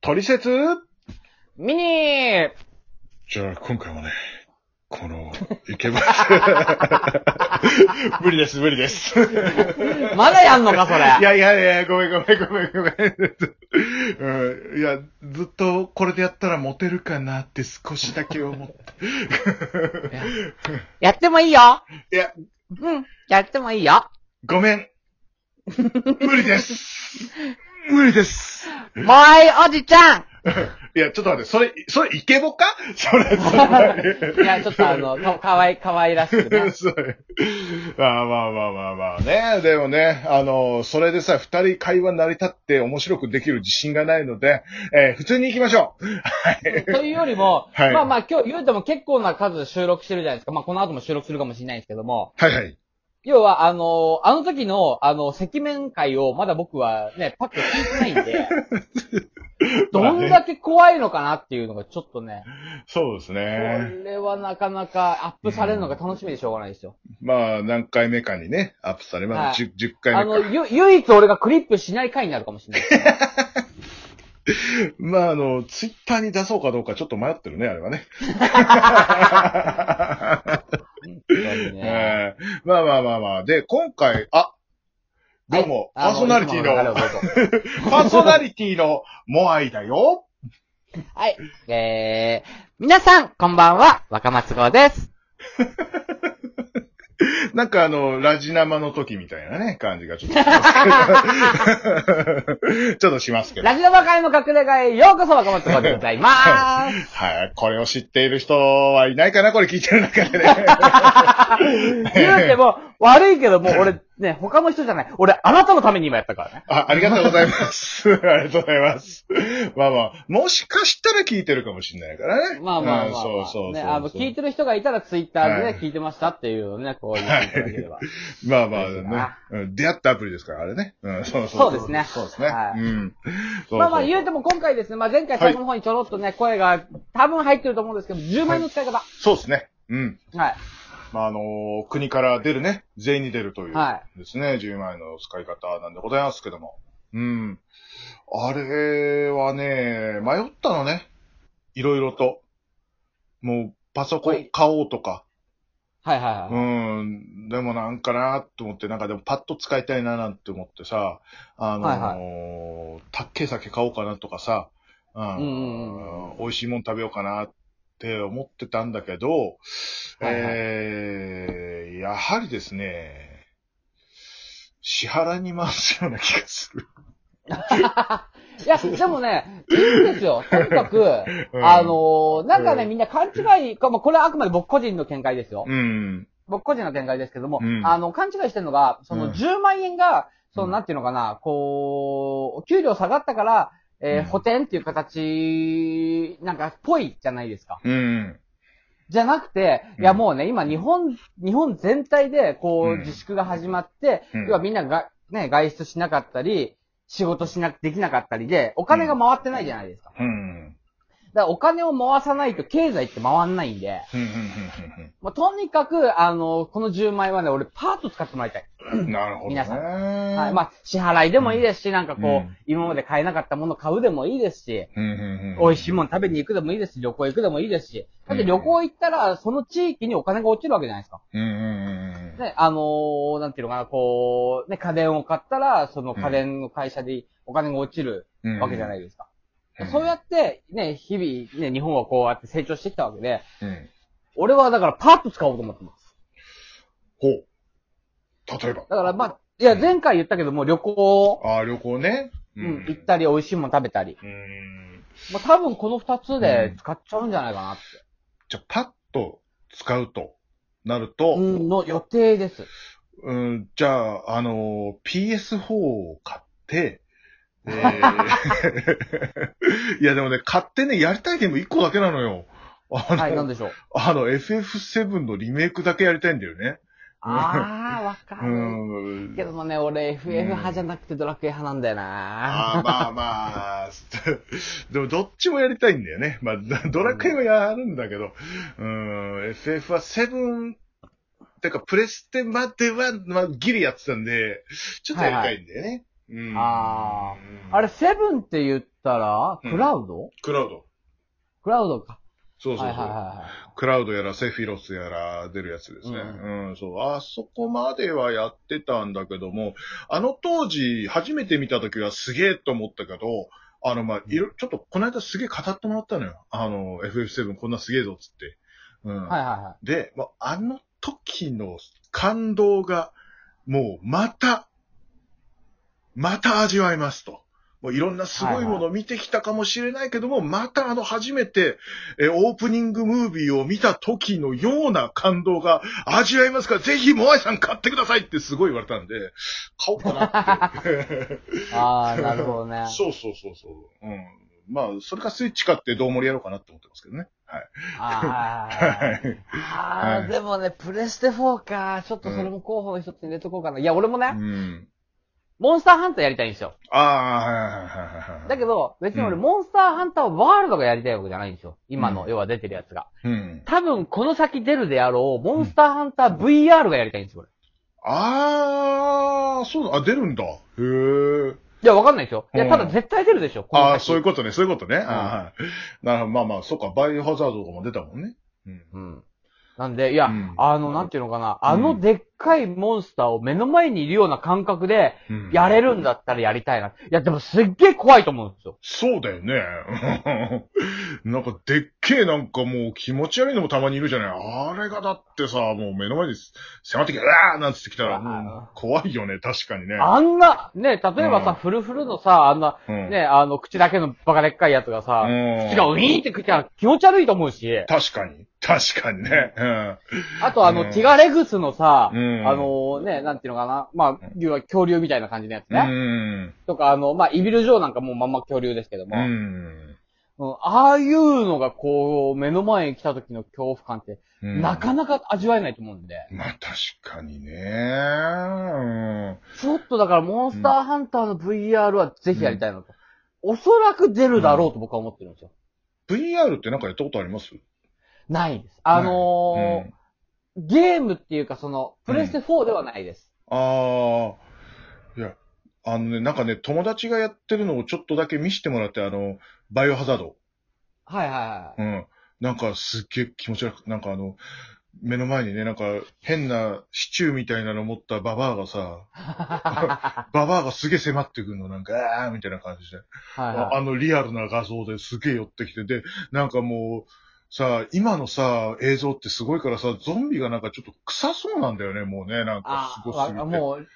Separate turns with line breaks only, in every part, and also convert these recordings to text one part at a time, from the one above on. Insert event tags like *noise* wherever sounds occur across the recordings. トリセツ
ミニー
じゃあ、今回もね、この、いけます。無理です、無理です。
*laughs* まだやんのか、それ。
いやいやいや、ごめんごめんごめんごめん。うん、いや、ずっとこれでやったらモテるかなって少しだけ思って。
やってもいいよ。
いや、
うん。やってもいいよ。
ごめん。無理です。無理です。
もういおじちゃん
いや、ちょっと待って、それ、それイケボかそれ、それ。
いや、ちょっとあの、かかわい、かわいらしくね。
*laughs* そうまあまあまあまあまあね。でもね、あの、それでさ、二人会話成り立って面白くできる自信がないので、えー普通に行きましょう。
というよりも、
はい
まあまあ今日言うても結構な数収録してるじゃないですか。まあこの後も収録するかもしれないんですけども、
はいはい。
要はあの、あの時の、あの、赤面会をまだ僕はね、パッと聞いてない
*laughs*
んで、どんだけ怖いのかなっていうのがちょっとね、
そうです
こ
ね。
れはなかなかアップされるのが楽しみでしょうがないですよ。
まあ、何回目かにね、アップされます。
はい
10, 10
あ
回目
の、
か。
ゆ、唯一俺がクリップしない回になるかもし
*laughs*
れない。
まあ、あの、ツイッターに出そうかどうかちょっと迷ってるね、あれ
*laughs*
はね。
ね、
えーまあまあまあまあ。で、今回、あ、どうも、パーソナリティ
あのいつもの
の、
流れをどうぞ
パーソナリティのモアイだよ。
はい。えー、皆さん、こんばんは、若松号です。
なんかあの、ラジ生の時みたいなね、感じがちょっとし
*laughs*
ますけど。ちょっとしますけど。
ラジオバカの隠れ家へようこそ若松号でござ
*laughs*
います。
はい。これを知っている人はいないかなこれ聞いてる中でね。
言うても、悪いけども、俺、ね、他の人じゃない。俺、あなたのために今やったからね。
あ、ありがとうございます。ありがとうございます。まあまあ、もしかしたら聞いてるかもしれないからね。
まあまあまあ、
うん
ま
そ
あ。
うそうそうそう。
ね、あの、聞いてる人がいたらツイッターで
はい
ね、聞いてましたっていうのをね、こう言っていただければ。
まあまあ
で
ね
すな。
うん出会ったアプリですから、あれね。うん、そうそう
そうですね
そうですね。
はい
うん。
まあまあ、
う。
言うても今回ですね、まあ前回最後の方にちょろっとね、声が多分入ってると思うんですけど、10万円の使い方。
そうですね。うん。
はい。
まあ、あのー国から出るね、税に出るという
は
ですね、10万円の使い方なんでございますけども。うん。あれはね、迷ったのね。いろいろと。もう、パソコ
は
ン
い
買おうとか。
はいはいは
うん。でもなんかなと思って、なんかでもパッと使いたいななんて思ってさ、あのー
はい
高い酒買おうかなとかさ、うん
うんうん
美味しいもん食べようかなって思ってたんだけど、
はいはい
えー、やはりですね、支払いに回すような気がする。
い。いや、でもね、いいんで
*laughs*
すよ。とにかく、
うん
あ、のーなんかね、
うん
みんな勘違い、こまあこれはあくまで僕個人の見解ですよ。
うん。
僕個人の見解ですけども、
うん
あの、勘違いしてるのが、そ
うん
の10万円が、そ
うん
の、なんていうのかな、こう、給料下がったから、えー
うん
補填っていう形、なんか、ぽいじゃないですか。
うん。
じゃなくて、
うん
いやもうね、今日本、日本全体で、こ
う
う、
ん
自粛が始まって、
うん
要はみんなが、ね、外出しなかったり、仕事しな、できなかったりで、お金が回ってないじゃないですか。
うん。
だからお金を回さないと経済って回んないんで、
うん。
まあ、とにかく、あの、この10万円はね、俺パート使ってもらいたい。
うん。なるほど、ね。
皆さんはい。まあ、支払いでもいいですし、なんかこう、
うん
今まで買えなかったもの買うでもいいですし、
うんうんうん、
美味しいもの食べに行くでもいいですし、旅行行くでもいいですし、だって旅行行ったら、その地域にお金が落ちるわけじゃないですか。
うんうんうんうん。。
ね、あのーなんていうのかな、こう、ね、家電を買ったら、その家電の会社でお金が落ちるわけじゃないいですか。
うん
そうやって、ね、日々、ね、日本はこうやって成長してきたわけで、
うん。
俺はだからパーッと使おうと思ってます。
ほう。例えば。
だからまあ、いや、前回言ったけども、旅行、
ああ、旅行ね。
うん、行っ。たり、美味しいもの食べたり。
うん。
まあ、多分この二つ
う
で
ん
使っちゃうんじゃないかなって。
じゃあ、パッと使うとなる
う
と、
ん、の予
*laughs*
定です。
うん、じゃあ、あのー、PS4 を買って、え
*laughs*
ーいや、でもね、買ってね、やりたいゲーム1個だけなのよ。あの、
はい、なんでしょう。
あの FF7 のリメイクだけやりたいんだよね。
あー、わか
う
る。
ん。
けどもね、俺 FF 派じゃなくてドラクエ派なんだよ
あ
な
ーまあまあ、でもどっちもやりたいんだよね。まあ、ドラクエはやるんだけど、うん、FF はセブン、てかプレステまでは、まあ、ギリやってたんで、ちょっとやりたいんだよね。うん
あ
うん
あれ、セブンって言ったら、
うん
クラウド、
クラウド。
クラウドか。
そうそうそう。
はいはいはいはい。
クラウドやらセフィロスやら出るやつですね。
う
うん、そう。あそこまではやってたんだけども、あの当時、初めて見た時はすげえと思ったけど、あの、まあ、いろ、ちょっとこの間すげえ語ってもらったのよ。あの、FF7 こんなすげえぞっつって。うん。
はいはいはい。
で、もうあの時の感動が、もうまた、また味わいますと。もういろんなすごいものを見てきたかもしれないけども、またあの初めて、えー、オープニングムービーを見た時のような感動が味わいますから、ぜひモアイさん買ってくださいってすごい言われたんで、買おうかな
*laughs*
って。
ああ、なるほどね。
*laughs* そうそうそうそう。うん。まあ、それかスイッチ買ってどう盛りやろうかなって思ってますけどね。はい。
あ
は
ー
い。
あ
はい
ー、でもね、プレステ4か。ちょっとそれも候補の一つに入れとこうかな。いや、俺もね、
うん。
モンスターハンターやりたいんですよ。
ああ、はいはいはいはいはい。
だけど、別に俺、
うん
モンスターハンターワールドがやりたいわけじゃないんですよ。今の、
うん
要は出てるやつが。
うん。
多分、この先出るであろう、モンスターハンター VR がやりたいんですよ、俺。
あー、そうだ、あ、出るんだ。へえ。
いや、わかんないですよ。いや、
うん
ただ絶対出るでしょ、この
あ
先。
ー、そういうことね、そういうことね。あーはいなるほど、まあまあ、そっか、バイオハザードとかも出たもんね。うん。
うん。なんで、いや、
うん
あの、なんていうのかな、あのでっかいモンスターを目の前にいるような感覚で、
うん
やれるんだったらやりたいな。いや、でもすっげえ怖いと思うんですよ。
そうだよね。 *laughs* なんか、でっけえなんかもう気持ち悪いのもたまにいるじゃない。あれがだってさ、もう目の前に迫ってきて、うわーなんつってきたら、
う
も
わー
う怖いよね、確かにね。
あんな、ね、例えばさ、
うん
フルフルのさ、あんな、
うん、
ね、あの、口だけのバカでっかいやつがさ、
うん
口がウィーンって口が気持ち悪いと思うし、
確かに。確かにね。うん。
あとあの、
うん
ティガレグスのさ、
うん
あのね、なんていうのかな、まあ、要は恐竜みたいな感じのやつ
う
ね。
ん。
とか、あの、まあ、イビルジョーなんかもうまんま恐竜ですけども、
う
うん
ん。
ああいうのがこう、目の前に来た時の恐怖感って、
うん
なかなか味わえないと思うんで、
まあ確かにね。うん。
ちょっとだから、モンスターハンターの VR はぜひやりたいなと。おそらく出るだろうと僕は思ってるんですよ。
VR ってなんかやったことあります
ないです。あのー
うん
ゲームっていうか、その、プレステ4ではないです。
ああ。いや、あのね、なんかね、友達がやってるのをちょっとだけ見せてもらって、あの、バイオハザード。
はいはいは
う
い。
ん。なんかすっげえ気持ち悪く、なんかあの、目の前にね、なんか変なシチューみたいなの持ったババアが
*laughs*
さ、ババアがすげえ迫ってくるの、なんか、あーみたいな感じで。
はい
あ
はい
あのリアルな画像ですげえ寄ってきて、で、なんかもう、さ、今のさ、映像ってすごいからさ、ゾンビがなんかちょっと臭そうなんだよね、もうね、なんか
あ
す
ー
ごすぎ
わ
て。
もう、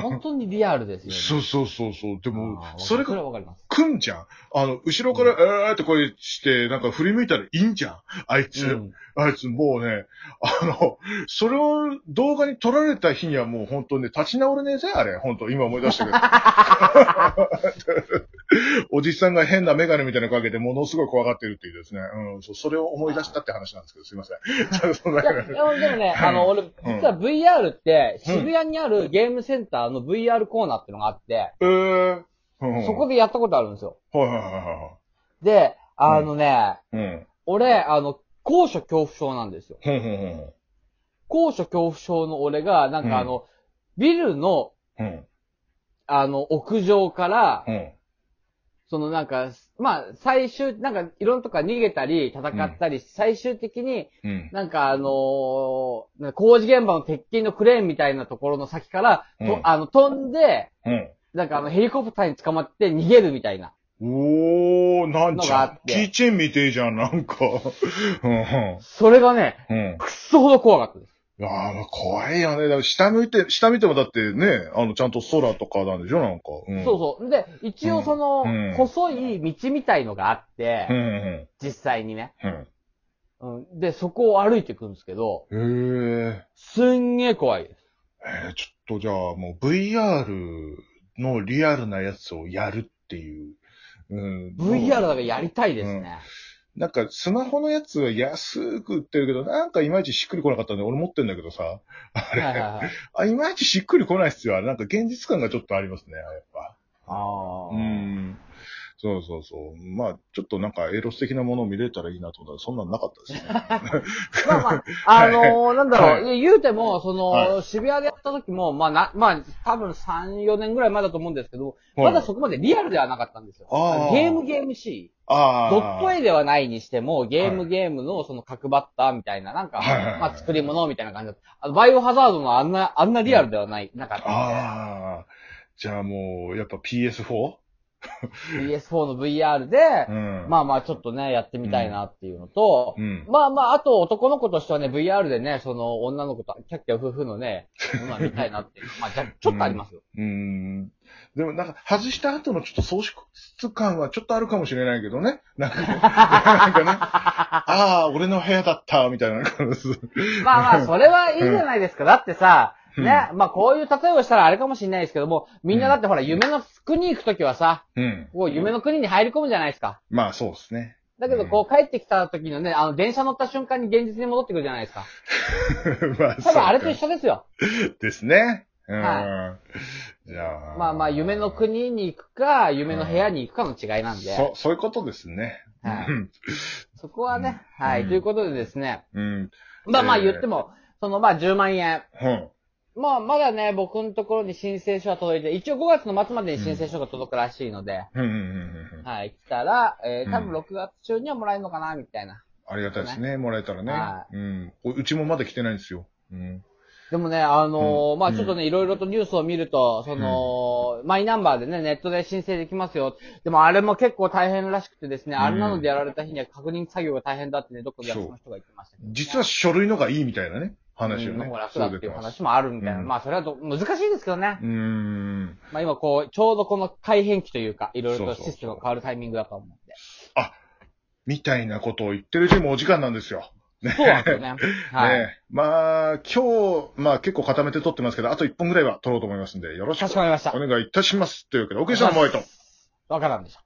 本当にリアルですよね。
そうそうそう *laughs* そう。でも
あ、ー
それ
わ
が
かります。
来んじゃん。あの、後ろから、えーって声して、なんか振り向いたらいいんじゃん。あいつ、
うん
あいつもうね、あの、それを動画に撮られた日にはもう本当ね、立ち直れねえぜ、あれ。本当今思い出したけど。おじさんが変なメガネみたいなのかけて、ものすごい怖がってるっていうですね。うん、そう、それを思い出したって話なんですけど、すいません。ちょっとそんない
や、でもでもね、あの、俺、実は VR って、渋谷にあるゲームセンターの VR コーナーっていうのがあって、
えー、うん
そこでやったことあるんですよ。
はいはいはいは
で、あのね、
い。うん。
俺、あの、高所恐怖症なんですよ。
ほんほんほんほ
高所恐怖症の俺が、なんかあの、ビルの、
ん。うん。
あの、屋上から、
うん。
そのなんか、まあ、最終、なんか、いろんなとこから逃げたり、戦ったり、最終的に、
うん。
なんかあのーなんか工事現場の鉄筋のクレーンみたいなところの先から、と
うん
あの、飛んで、
うん。
なんかあの、ヘリコプターに捕まって逃げるみたいな。
おー、なん
の
ち
があ
ゃ
っ
ん。
て
キーチェーン見てえじゃん、なんか。うんう
それがね、
ん。うん。
くっそほど怖かったです。
いやーまあ怖いよね。だから下向いて、下見てもだってね、あの、ちゃんと空とかなんでしょなんか。うん、
そうそう。で、一応その、
うん
細い道みたいのがあって、
うんうん
実際にね。
うん。
うん、で、そこを歩いていくんですけど、
うん。へー
すんげえ怖いです。
えー、ちょっとじゃあもう VR のリアルなやつをやるっていう。うん、
VR だからやりたいですね。
なんか、スマホのやつは安く売ってるけど、なんかいまいちしっくりこなかったんで、俺持ってんだけどさ。あれ、
はいはい
*laughs*
はい。
あいまいちしっくりこないっすよ。あれなんか現実感がちょっとありますね、やっぱ。
ああ。
うん。そうそうそう。まあ、ちょっとなんかエロス的なものを見れたらいいなと思ったら、そんなんなかったですね。
まあまあ、あのーなんだろう、
は
言うても、その、
は
渋谷でやった時も、まあな、まあ、多分3、4年ぐらい前だと思うんですけど、
はい
*laughs* まだそこまでリアルではなかったんですよ。
あー
ゲームゲームし、
ああ。
ドット
イ
絵ではないにしても、ゲー
は
ム
い
ゲームのその角バッターみたいな、なんか、
はいはいはい
まあ作り物みたいな感じだった。あのバイオハザードのあんな、あんなリアルではない、なかったんで。
ああ。じゃあもう、やっぱ PS4?
PS4 の VR で
う、ん。
まあまあちょっとね、やってみたいなっていうのと、
うん。
まあまあ、あと男の子としてはね、VR でね、その女の子とキャッキャ夫婦のね、まあ見たいな
*laughs*
っていう。まあじゃ、ちょっとありますよ。
うん。でもなんか、外した後のちょっと喪失感はちょっとあるかもしれないけどね。なん
*laughs*
か、なんかね。ああ、俺の部屋だった、みたいな感じ。
まあまあ、それはいいじゃないですか。だってさ、
うん
ね、まあこういう例えをしたらあれかもしれないですけども、みんなだってほら、夢の国行くときはさ、
うん。
こう夢の国に入り込むじゃないですか。
まあ、そうですね。 *laughs*
だけど、こう帰ってきた時のね、あの、電車乗った瞬間に現実に戻ってくるじゃないですか。
まあ、
多分あれと
そう
一緒ですよ。
ですね。うん。
は
じゃあ。
まあまあ、夢の国に行くか、夢の部屋に行くかの違いなんで。
そ、そういうことですね。
はい
うん
そこはね、はい。ということでですね。
うん。
まあまあ
えー
言っても、そのまあ10万円。
うん。
まあまだね、僕のところに申請書は届いて、一応5月の末までに申請書が届くらしいので、
うんうんうんうん。
はい、来たら、えー、多分
うん
6月中にはもらえるのかな、みたいな。
ありがたいですね。もらえたらね。
は
うん。おうちもまだ来てないんですよ。うん。
でもね、あのー
うん
まあちょっとね、いろいろとニュースを見ると、その、マイナンバーでね、ネットで申請できますよ。でもあれも結構大変らしくてですね、
うん
あれなのでやられた日には確認作業が大変だってね、どこでやっての人が言ってましたけどね、
実は書類のがいいみたいなね。話を
うんの
ね
方が。楽
そ
だっ
う
て
出
い
てま
う
す
話もあるみたいな。
うん
まあそれはど難しいですけどね。
うーん。
まあ今こう、ちょうどこの改変期というか、いろい
そ
ろ
うそ
と
うそう
システムが変わるタイミングだと思うんで。
みたいなことを言ってるうちにもうお時間なんですよ。
そうなんですよね。はい。
ねえまあ、今日、まあ結構固めて撮ってますけど、あと1本ぐらいは撮ろうと思いますんで、よろし
かし
く
こまりました
お。願いいたします。というわけで、奥井さんもお会いと。
わからんでしょ。